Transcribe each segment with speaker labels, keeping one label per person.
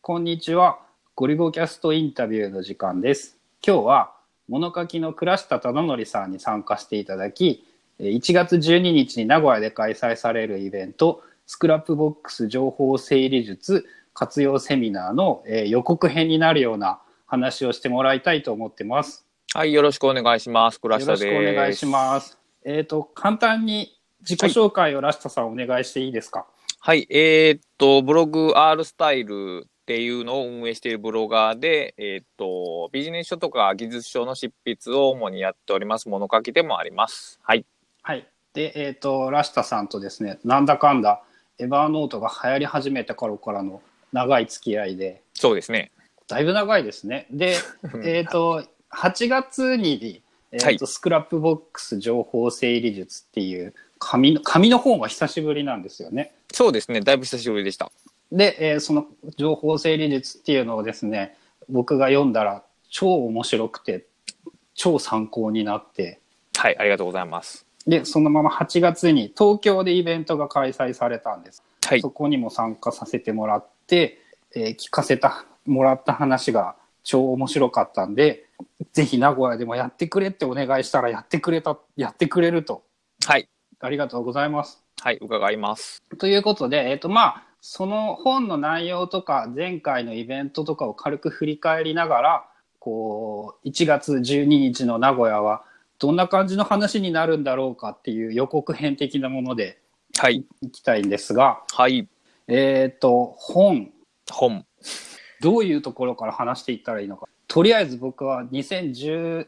Speaker 1: こんにちは。ゴリゴキャストインタビューの時間です。今日は物書きの倉下忠則さんに参加していただき、えー1月12日に名古屋で開催されるイベント、スクラップボックス情報整理術活用セミナーの、えー予告編になるような話をしてもらいたいと思ってます。
Speaker 2: はい、よろしくお願いします。倉
Speaker 1: よ
Speaker 2: 下
Speaker 1: ろ
Speaker 2: で
Speaker 1: し
Speaker 2: す。
Speaker 1: くお願いします。えっ、と、簡単に自己紹介をラシタさんお願いしていいですか。
Speaker 2: はい、えーっと、ブログ R スタイルっていうのを運営しているブロガーで、えーっと、ビジネス書とか技術書の執筆を主にやっております。物書きでもあります。はい。
Speaker 1: はい。で、えっ、と、ラシタさんとですね、なんだかんだ、エヴァーノートが流行り始めた頃からの長い付き合いで、
Speaker 2: そうですね。
Speaker 1: だいぶ長いですね。 で、えっと、8月に、えーと
Speaker 2: はい
Speaker 1: スクラップボックス情報整理術っていう紙の紙の本が久しぶりなんですよね。
Speaker 2: そうですね。だいぶ久しぶりでした。
Speaker 1: で、えーその情報整理術っていうのをですね、僕が読んだら超面白くて、超参考になって、
Speaker 2: はい、ありがとうございます。
Speaker 1: で、そのまま8月に東京でイベントが開催されたんです。
Speaker 2: はい
Speaker 1: そ。こにも参加させてもらって、えー聞かせた、もらった話が超面白かったんで、ぜひ名古屋でもやってくれってお願いしたらやってくれた、やってくれると。
Speaker 2: はい。
Speaker 1: ありがとうございます。
Speaker 2: はい、伺います。
Speaker 1: ということで、えっ、とまあ、その本の内容とか、前回のイベントとかを軽く振り返りながら、こう、1月12日の名古屋は、どんな感じの話になるんだろうかっていう予告編的なもので
Speaker 2: はい。
Speaker 1: いきたいんですが、
Speaker 2: はい。
Speaker 1: えっ、と、本、
Speaker 2: 本。
Speaker 1: どういうところから話していったらいいのか。とりあえず僕は2017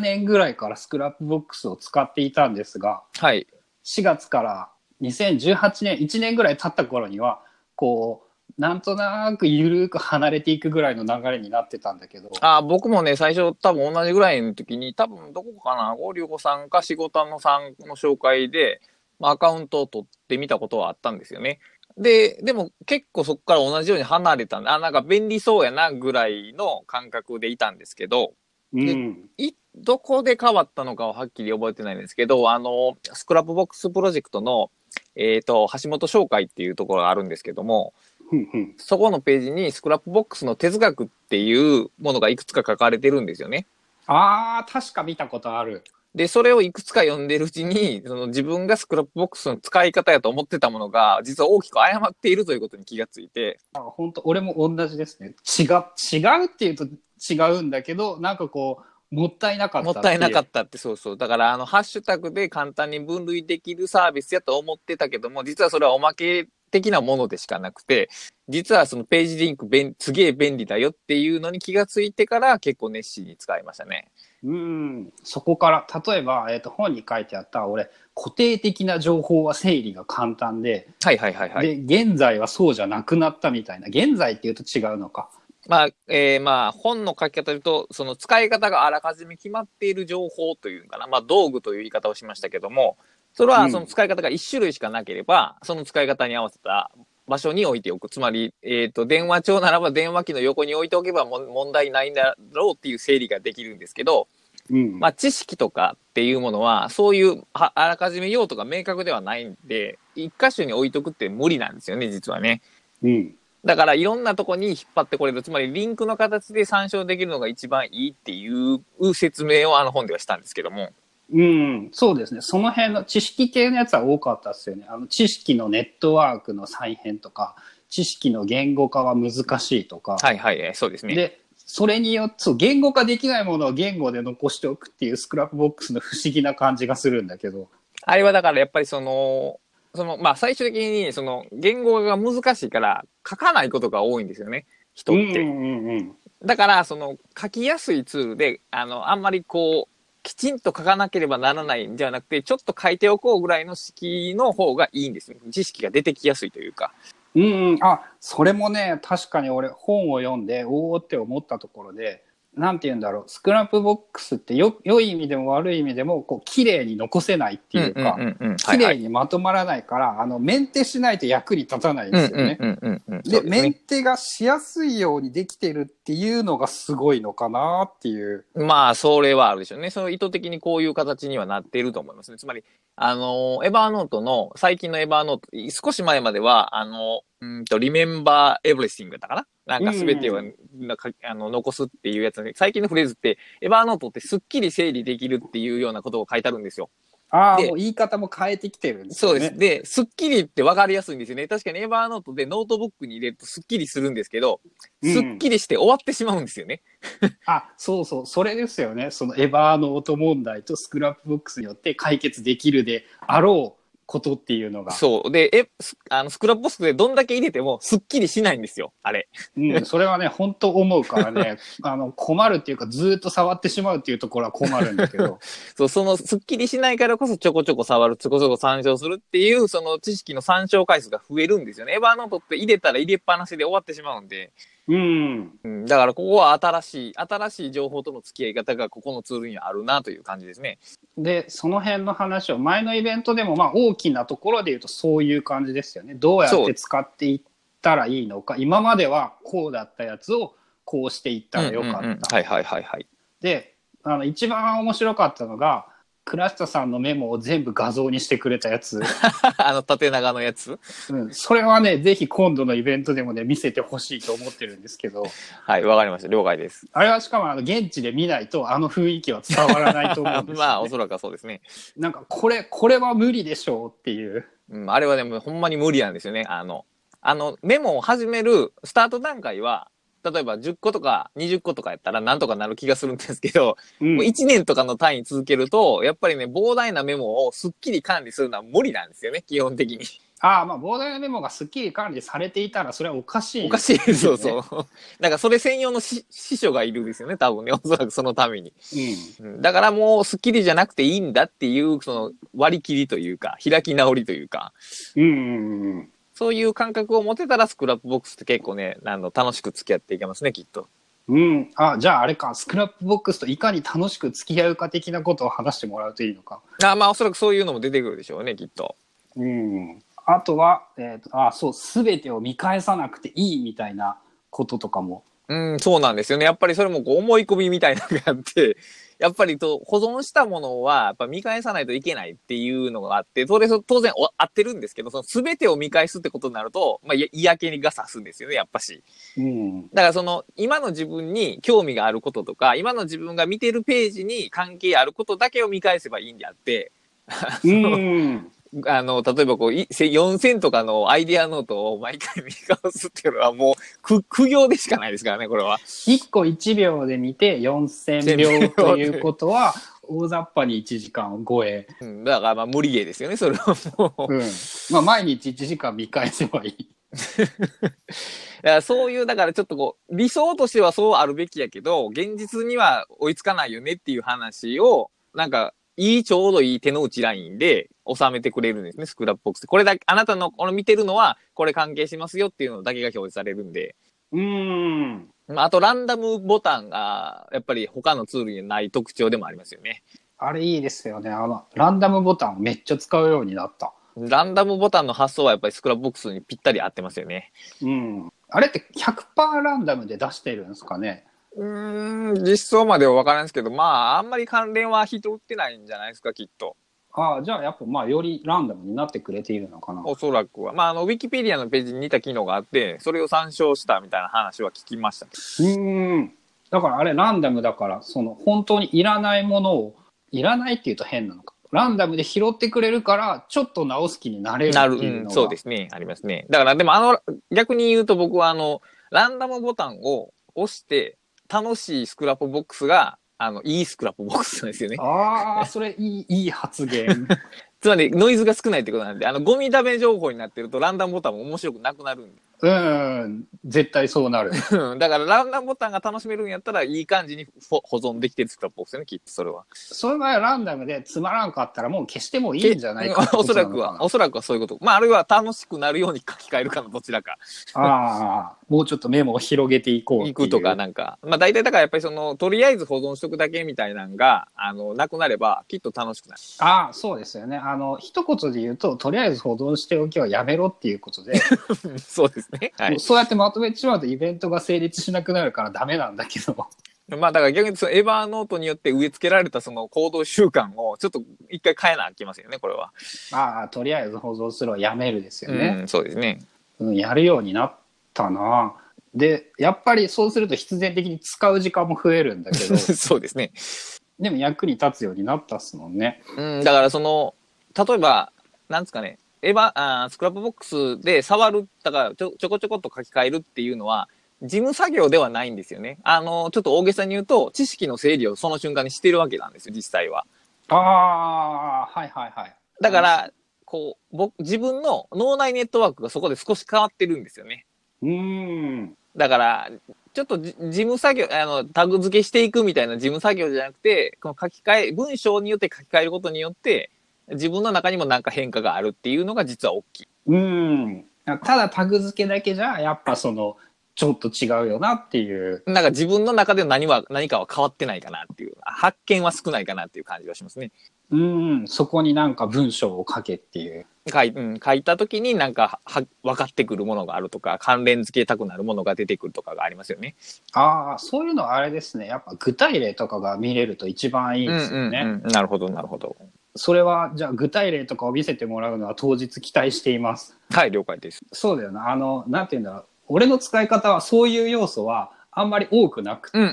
Speaker 1: 年ぐらいからスクラップボックスを使っていたんですが、
Speaker 2: はい。
Speaker 1: 4月から2018年1年ぐらい経った頃にはこうなんとなくゆるく離れていくぐらいの流れになってたんだけど
Speaker 2: あー僕もね、最初多分同じぐらいの時に、多分どこかな、五竜子さんか仕事のさんの紹介で、まあ、アカウントを取ってみたことはあったんですよね。で、でも結構そこから同じように離れたんで、あ、なんか便利そうやなぐらいの感覚でいたんですけど、
Speaker 1: うん
Speaker 2: い、どこで変わったのかははっきり覚えてないんですけど、あの、スクラップボックスプロジェクトの、えっ、と、橋本商会っていうところがあるんですけども、
Speaker 1: ふんふん
Speaker 2: そこのページにスクラップボックスの哲学っていうものがいくつか書かれてるんですよね。
Speaker 1: あー確か見たことある
Speaker 2: で、それをいくつか読んでるうちに、その自分がスクラップボックスの使い方やと思ってたものが、実は大きく誤っているということに気がついて、
Speaker 1: あ本当俺も同じですね違違うっていうと違うんだけどなんかこうもったいなかった
Speaker 2: もったいなか
Speaker 1: っ
Speaker 2: ったって、そうそう。だから、あの、ハッシュタグで簡単に分類できるサービスやと思ってたけども、実はそれはおまけ的なものでしかなくて、実はそのページリンク便、すげえ便利だよっていうのに気がついてから、結構熱心に使いましたね。
Speaker 1: たうんそこから例えば、えー、と本に書いてあった俺固定的な情報は整理が簡単で、
Speaker 2: はいはいはいはい。
Speaker 1: で現在はそうじゃなくなったみたいな現在っていうと違うのか
Speaker 2: まあ、えーまあ、本の書き方で言うと、その使い方があらかじめ決まっている情報というのかな、まあ、道具という言い方をしましたけども、それ
Speaker 1: う
Speaker 2: は
Speaker 1: ん
Speaker 2: その使い方が1種類しかなければ、その使い方に合わせた場所に置いておく。つまり、えっ、と、電話帳ならば電話機の横に置いておけばもん問題ないんだろうっていう整理ができるんですけど、
Speaker 1: うん
Speaker 2: まあ、知識とかっていうものは、そういうああらかじめ用途が明確ではないんで、一箇所に置いとくって無理なんですよね、実はね。
Speaker 1: うん
Speaker 2: だからいろんなとこに引っ張ってこれる。つまりリンクの形で参照できるのが一番いいっていう説明をあの本ではしたんですけども。
Speaker 1: うん、そうですねその辺の知識系のやつは多かったですよねあの知識のネットワークの再編とか知識の言語化は難しいとか、
Speaker 2: はいはい、えーそうですね。
Speaker 1: でそれによってそう言語化できないものを言語で残しておくっていうスクラップボックスの不思議な感じがするんだけど
Speaker 2: あれはだからやっぱりその、その、まあ最終的にその言語が難しいから書かないことが多いんですよね。人
Speaker 1: う
Speaker 2: っ
Speaker 1: ん
Speaker 2: て。
Speaker 1: うんうん
Speaker 2: だからその書きやすいツールで、あの、あんまりこう、きちんと書かなければならないんじゃなくて、ちょっと書いておこうぐらいの式の方がいいんですよ。知識が出てきやすいというか。
Speaker 1: うんうん、あそれもね確かに俺本を読んでおおって思ったところでなんて言うんだろうスクラップボックスってよ良い意味でも悪い意味でもこう綺麗に残せないっていうか、
Speaker 2: んうんうんは
Speaker 1: 綺
Speaker 2: いはい
Speaker 1: 麗にまとまらないから、あのメンテしないと役に立たないんですよね。
Speaker 2: うんうんうんうん、
Speaker 1: で
Speaker 2: そうです
Speaker 1: メン
Speaker 2: ね。
Speaker 1: テがしやすいようにできてるっていうのがすごいのかなっていう。
Speaker 2: まあ、それはあるでしょうね。その意図的にこういう形にはなっていると思いますね。つまり、あの、エバーノートの、最近のエバーノート、少し前までは、あの、うんと、remember everything だったかななんか全てはなんか、あの残すっていうやつで、最近のフレーズって、エヴァーノートってすっきり整理できるっていうようなことを書いてあるんですよ。
Speaker 1: ああ、
Speaker 2: で
Speaker 1: もう言い方も変えてきてるんです
Speaker 2: そ
Speaker 1: よ
Speaker 2: う
Speaker 1: ね。
Speaker 2: です。で、スッキリって分かりやすいんですよね。確かにエヴァーノートでノートブックに入れるとスッキリするんですけど、
Speaker 1: うん
Speaker 2: スッキリして終わってしまうんですよね。
Speaker 1: あ、そうそう、それですよね。そのエヴァーノート問題とスクラップボックスによって解決できるであろうことっていうのが。
Speaker 2: そう。で、え、すあの、スクラップボックスでどんだけ入れてもスッキリしないんですよ、あれ。
Speaker 1: うん、それはね、本当思うからね、 あの、困るっていうか、ずーっと触ってしまうっていうところは困るんだけ ど。
Speaker 2: そう、そのスッキリしないからこそちょこちょこ触る、ちょこちょこ参照するっていう、その知識の参照回数が増えるんですよね。エヴァーノートって入れたら入れっぱなしで終わってしまうんで。
Speaker 1: うん。
Speaker 2: うん、だからここは新しい、新しい情報との付き合い方がここのツールにはあるなという感じですね。
Speaker 1: で、その辺の話を、前のイベントでも、まあ、大きなところで言うと、そういう感じですよね。どうやって使っていったらいいのか、今まではこうだったやつを、こうしていったらよかった。
Speaker 2: うんうんうんはいはいはいはい。
Speaker 1: であの一番面白かったのが倉下さんのメモを全部画像にしてくれたや つ、
Speaker 2: あの縦長のやつ
Speaker 1: うん、それはねぜひ今度のイベントでもね見せてほしいと思ってるんですけど
Speaker 2: はい、わかりました。了解です。
Speaker 1: あれはしかもあの現地で見ないとあの雰囲気は伝わらないと思うんですよ、ね
Speaker 2: まあ、おそらくはそうですね。
Speaker 1: なんかこれこれは無理でしょうっていう
Speaker 2: うん、あれはね、もうほんまに無理なんですよね。あの、あの、メモを始めるスタート段階は、例えば10個とか20個とかやったらなんとかなる気がするんですけど、
Speaker 1: うん
Speaker 2: もう1年とかの単位続けると、やっぱりね、膨大なメモをすっきり管理するのは無理なんですよね、基本的に。
Speaker 1: ああまあ膨大なメモがすっきり管理されていたらそれはおかしい
Speaker 2: おかしいですよね。そうそう。 なんかそれ専用のし師匠がいるんですよね、多分ね、おそらくそのために。
Speaker 1: い、
Speaker 2: うんだからもうスッキリじゃなくていいんだっていう、その割り切りというか、開き直りというか、
Speaker 1: うん、うんうんうん
Speaker 2: そういう感覚を持てたらスクラップボックスって結構ね、あの、楽しく付き合っていけますね、きっと。
Speaker 1: うん、あじゃああれかスクラップボックスといかに楽しく付き合うか的なことを話してもらうといいのか
Speaker 2: あまあ、おそらくそういうのも出てくるでしょうね、きっと。
Speaker 1: うん、あとは、えーとあそう全てを見返さなくていいみたいなこととかも。
Speaker 2: うん、そうなんですよね。やっぱりそれもこう思い込みみたいなのがあって、 やっぱりと保存したものはやっぱ見返さないといけないっていうのがあって、それそ当然お合ってるんですけど、その全てを見返すってことになると、まあ、い嫌気がさすんですよね、やっぱし。
Speaker 1: うん
Speaker 2: だからその今の自分に興味があることとか今の自分が見てるページに関係あることだけを見返せばいいんであって
Speaker 1: うん、
Speaker 2: あの例えばこういせ4000とかのアイディアノートを毎回見返すっていうのはもう苦苦行でしかないですからねこれは。
Speaker 1: 1個1秒で見て4,000秒ということは大雑把に1時間超え、
Speaker 2: うん、だからまあ無理ゲーですよねそれはもう。
Speaker 1: うんまあ、毎日1時間見返せばいい。
Speaker 2: だからそういうだからちょっとこう理想としてはそうあるべきやけど現実には追いつかないよねっていう話をなんかいいちょうどいい手の内ラインで収めてくれるんですねスクラップボックスこれだけあなたのこの見てるのはこれ関係しますよっていうのだけが表示されるんで、
Speaker 1: うん
Speaker 2: まあ、あとランダムボタンがやっぱり他のツールにはない特徴でもありますよね
Speaker 1: あれいいですよねあのランダムボタンをめっちゃ使うようになった。
Speaker 2: ランダムボタンの発想はやっぱりスクラップボックスにぴったり合ってますよね
Speaker 1: うん、あれって100%ランダムで出してるんですかね
Speaker 2: うーん実装までは分からんですけどまああんまり関連は人売ってないんじゃないですかきっと
Speaker 1: ああじゃあやっぱまあよりランダムになってくれているのかな。
Speaker 2: おそらくは。まあ、あの、ウィキペディアのページに似た機能があって、それを参照したみたいな話は聞きました。
Speaker 1: うーん。だからあれランダムだから、その本当にいらないものを、いらないっていうと変なのか。ランダムで拾ってくれるから、ちょっと直す気になれるって
Speaker 2: な
Speaker 1: い
Speaker 2: る、
Speaker 1: うの
Speaker 2: う
Speaker 1: が
Speaker 2: ん、そうですね。ありますね。だから、でも、あの、逆に言うと僕は、あの、ランダムボタンを押して、楽しいスクラップボックスが、あの、いいスクラップボックスなんですよね。
Speaker 1: ああ、それいい、いい発言。
Speaker 2: つまり、ノイズが少ないってことなんで、あの、ゴミダメ情報になってると、ランダムボタンも面白くなくなるんで。
Speaker 1: うーん。絶対そうなる。
Speaker 2: うんだから、ランダムボタンが楽しめるんやったら、いい感じに保保存できてるスクラップボックスよね、きっとそれは。
Speaker 1: その場合はランダムでつまらんかったらもう消してもいいんじゃないかって
Speaker 2: お
Speaker 1: こ
Speaker 2: そ
Speaker 1: と
Speaker 2: ら
Speaker 1: なの
Speaker 2: く
Speaker 1: か
Speaker 2: は、
Speaker 1: な。
Speaker 2: おそらくはそういうこと。まあ、あるいは楽しくなるように書き換えるかのどちらか。
Speaker 1: ああ、もうちょっとメモを広げていこうってい
Speaker 2: 行
Speaker 1: う。
Speaker 2: くとかなんか。まあ、大体だからやっぱりその、とりあえず保存しとくだけみたいなのが、あの、なくなれば、きっと楽しくなる。
Speaker 1: ああ、そうですよね。あの、一言で言うと、とりあえず保存しておきはやめろっていうことで、
Speaker 2: そうですね。は
Speaker 1: も。
Speaker 2: いう
Speaker 1: そうやってまとめてしまうとイベントが成立しなくなるからダメなんだけど。
Speaker 2: まあ、だから逆にその、エヴァーノートによって植え付けられたその行動習慣を、ちょっと一回変えなあきませんよね、これは。
Speaker 1: ああ、とりあえず保存するはやめるですよね。
Speaker 2: うん、そうですね。
Speaker 1: うん、やるようになったな。で、やっぱりそうすると必然的に使う時間も増えるんだ けど、
Speaker 2: そうですね。
Speaker 1: でも役に立つようになったっすもんね。
Speaker 2: うん、だからその、例えば、なんですかね、エヴァ、あースクラップボックスで触る、だからちょちょこちょこっと書き換えるっていうのは、事務作業ではないんですよね。あの、ちょっと大げさに言うと、知識の整理をその瞬間にしてるわけなんですよ、実際は。
Speaker 1: ああ、はいはいはい。
Speaker 2: だから、こう、僕、自分の脳内ネットワークがそこで少し変わってるんですよね。
Speaker 1: うーん。
Speaker 2: だから、ちょっとじ事務作業、あの、タグ付けしていくみたいな事務作業じゃなくて、この書き換え、文章によって書き換えることによって、自分の中にもなんか変化があるっていうのが実は大きい。
Speaker 1: うん。ただタグ付けだけじゃ、やっぱその、ちょっと違うよなっていう。
Speaker 2: なんか自分の中で何は、何かは変わってないかなっていう、発見は少ないかなっていう感じはしますね。
Speaker 1: うん。そこになんか文章を書けっていう。
Speaker 2: 書い,、うん、書いた時になんかは分かってくるものがあるとか、関連付けたくなるものが出てくるとかがありますよね。
Speaker 1: ああ、そういうのはあれですね。やっぱ具体例とかが見れると一番いいですよね。
Speaker 2: うんうんうん。なるほど、なるほど。
Speaker 1: それは、じゃあ具体例とかを見せてもらうのは当日期待しています。
Speaker 2: はい、了解です。
Speaker 1: そうだよな。あの、なんて言うんだろう。俺の使い方はそういう要素はあんまり多くなくって、
Speaker 2: うん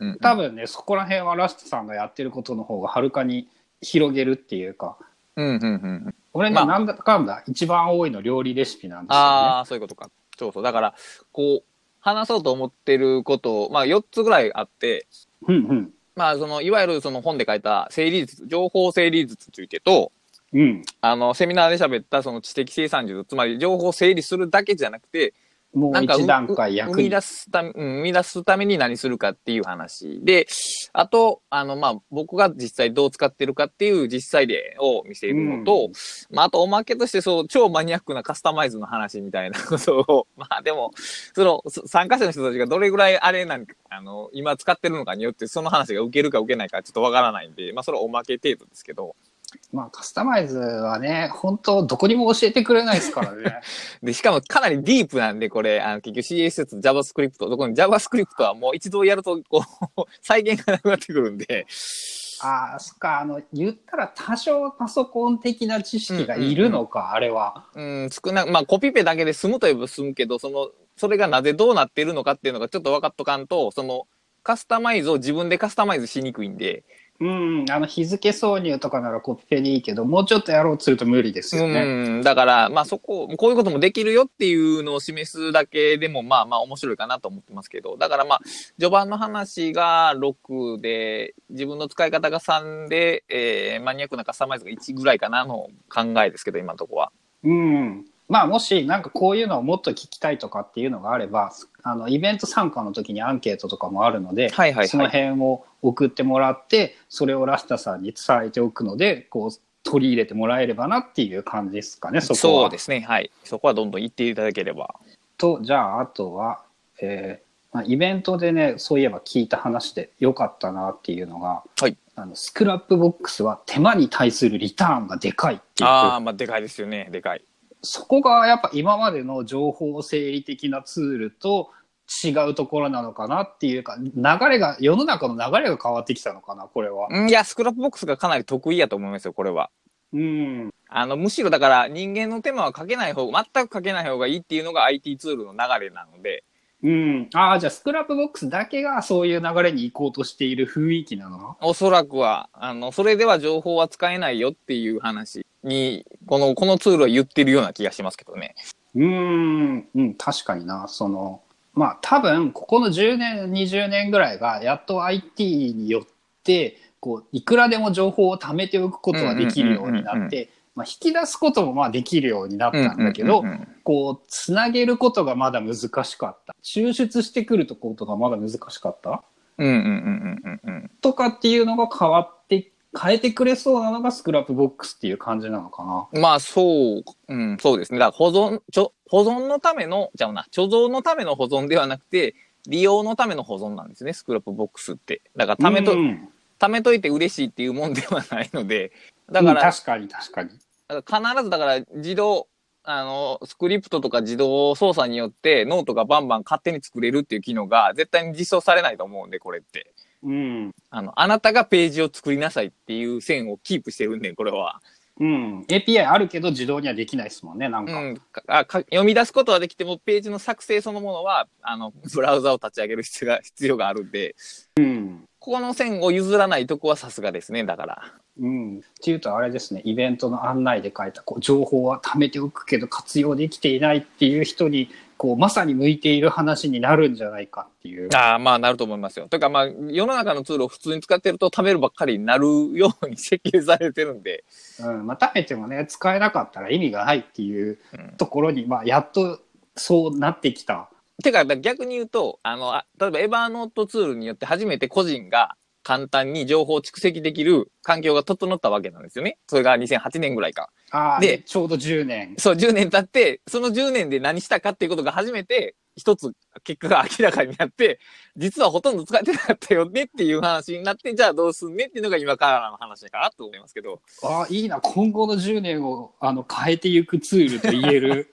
Speaker 2: うん
Speaker 1: 多分ね、そこら辺はラストさんがやってることの方がはるかに広げるっていうか、
Speaker 2: うんうんうん。
Speaker 1: 俺ね、
Speaker 2: まあ
Speaker 1: なんだかんだ一番多いの料理レシピなんですよね。
Speaker 2: ああ、そういうことか。そうそう。だから、こう、話そうと思ってることを、まあ、4つぐらいあって、
Speaker 1: うんうん。
Speaker 2: まあ、その、いわゆるその本で書いた整理術、情報整理術についてと、
Speaker 1: うん。
Speaker 2: あの、セミナーで喋ったその知的生産術、つまり情報を整理するだけじゃなくて、
Speaker 1: も
Speaker 2: な
Speaker 1: うん
Speaker 2: か
Speaker 1: 一段
Speaker 2: う
Speaker 1: 階
Speaker 2: 生
Speaker 1: 役
Speaker 2: み
Speaker 1: に。
Speaker 2: 出すため、うん生み出すために何するかっていう話。で、あと、あの、まあ、僕が実際どう使ってるかっていう実際例を見せるのと、まあ、あとおまけとして、そう、超マニアックなカスタマイズの話みたいなことを、 まあでも、その、そ参加者の人たちがどれぐらいあれなんか、あの、今使ってるのかによって、その話が受けるか受けないかちょっとわからないんで、まあそれはおまけ程度ですけど、
Speaker 1: まあカスタマイズはね、本当どこにも教えてくれないですからね。
Speaker 2: で、しかもかなりディープなんで、これ、あの、結局 CSS、JavaScript、特に JavaScript はもう一度やると、こう、 再現がなくなってくるんで、
Speaker 1: ああ、そっか、あの、言ったら多少パソコン的な知識がいるのか、あれは。
Speaker 2: うん、少なく、まあコピペだけで済むといえば済むけど、その、それがなぜどうなってるのかっていうのがちょっと分かっとかんと、その、カスタマイズを自分でカスタマイズしにくいんで、
Speaker 1: うん、あの、日付挿入とかならコピペでいいけど、もうちょっとやろうとすると無理ですよね。
Speaker 2: うん、だから、まあそこ、こういうこともできるよっていうのを示すだけでも、まあまあ面白いかなと思ってますけど、だからまあ、序盤の話が6で、自分の使い方が3で、えーマニアックなカスタマイズが1ぐらいかなの考えですけど、今のとこは。
Speaker 1: うん。まあもしなんかこういうのをもっと聞きたいとかっていうのがあれば、あのイベント参加の時にアンケートとかもあるので、
Speaker 2: はいはいはい
Speaker 1: その辺を送ってもらって、それをラスタさんに伝えておくので、こう取り入れてもらえればなっていう感じですかね、そこは。
Speaker 2: うですね、はい。そこはどんどん言っていただければ。
Speaker 1: と、じゃああとは、えーまあ、イベントでね、そういえば聞いた話で良かったなっていうのが、
Speaker 2: はい
Speaker 1: あのスクラップボックスは手間に対するリターンがでかいっていう。
Speaker 2: ああ、まあでかいですよね、でかい。
Speaker 1: そこがやっぱ今までの情報整理的なツールと違うところなのかなっていうか、流れが、世の中の流れが変わってきたのかな、これは。
Speaker 2: うんいや、スクラップボックスがかなり得意やと思いますよ、これは。
Speaker 1: うん。
Speaker 2: あの、むしろだから人間の手間はかけない方、全くかけない方がいいっていうのが IT ツールの流れなので、
Speaker 1: うん。ああ、じゃあスクラップボックスだけがそういう流れに行こうとしている雰囲気なの
Speaker 2: おそらくは、あの、それでは情報は使えないよっていう話に、この、このツールは言ってるような気がしますけどね。
Speaker 1: うん。うん、確かにな。その、まあ多分、ここの10年、20年ぐらいが、やっと IT によって、こう、いくらでも情報を貯めておくことができるように
Speaker 2: うんうんうん
Speaker 1: な
Speaker 2: う
Speaker 1: っ
Speaker 2: ん
Speaker 1: て、まあ引き出すこともまあできるようになったんだけど、
Speaker 2: うんうんうんうん
Speaker 1: こう、つなげることがまだ難しかった。抽出してくるとことがまだ難しかった
Speaker 2: うんうんうんうんうんうん。
Speaker 1: とかっていうのが変わって、変えてくれそうなのがスクラップボックスっていう感じなのかな。
Speaker 2: まあ、そう、うん、そうですね。だから保存、ちょ、保存のための、じゃあな、貯蔵のための保存ではなくて、利用のための保存なんですね、スクラップボックスって。だから、貯めと、
Speaker 1: うん
Speaker 2: 貯めといて嬉しいっていうもんではないので、だか
Speaker 1: うん
Speaker 2: ら、
Speaker 1: 確かに確かに。
Speaker 2: だから必ずだから自動、あの、スクリプトとか自動操作によってノートがバンバン勝手に作れるっていう機能が絶対に実装されないと思うんで、これって。
Speaker 1: うん。
Speaker 2: あの、あなたがページを作りなさいっていう線をキープしてるんで、これは。
Speaker 1: うん、API あるけど自動にはできないですもんね、なん
Speaker 2: う
Speaker 1: か。
Speaker 2: ん、かあか読み出すことはできてもページの作成そのものはあの ブラウザを立ち上げる必要が必要があるんで
Speaker 1: うん。
Speaker 2: ここの線を譲らないとこはさすがですねだから
Speaker 1: うん、っていうとあれですねイベントの案内で書いたこう情報は貯めておくけど活用できていないっていう人にこうまさに向いている話になるんじゃないかっていう。
Speaker 2: ああまあなると思いますよというかまあ世の中のツールを普通に使ってると貯めるばっかりになるように設計されてるんで
Speaker 1: うんまあ、貯めてもね使えなかったら意味がないっていう
Speaker 2: うん
Speaker 1: ところに、まあ、やっとそうなってきた。
Speaker 2: てかだから逆に言うとあのあ例えばエバーノートツールによって初めて個人が簡単に情報を蓄積できる環境が整ったわけなんですよねそれが2008年ぐらいか
Speaker 1: あー
Speaker 2: で
Speaker 1: ちょうど10年。
Speaker 2: そう、10年経って、その10年で何したかっていうことが初めて、一つ結果が明らかになって、実はほとんど使ってなかったよねっていう話になって、じゃあどうすんねっていうのが今からの話かなと思いますけど。
Speaker 1: あーいいな今後の10年をあの変えていくツールと言える。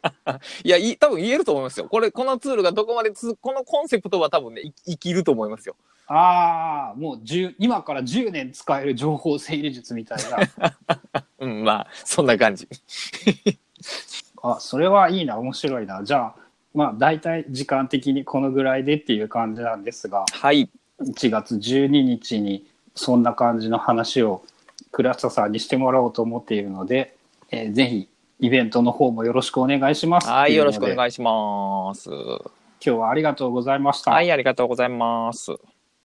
Speaker 2: いや、いい多分言えると思いますよ。これ、このツールがどこまでつ、このコンセプトは多分ね、い生きると思いますよ。
Speaker 1: ああもう10今から10年使える情報整理術みたいな。
Speaker 2: うん、まあ、そんな感じ。
Speaker 1: あそれはいいな面白いなじゃあまあ大体時間的にこのぐらいでっていう感じなんですが
Speaker 2: はい。
Speaker 1: 1月12日にそんな感じの話を倉下さんにしてもらおうと思っているので、えーぜひイベントの方もよろしくお願いします
Speaker 2: はい、よろしくお
Speaker 1: い
Speaker 2: 願いします。
Speaker 1: 今日はありがとうございました。
Speaker 2: はい、ありがとうございます。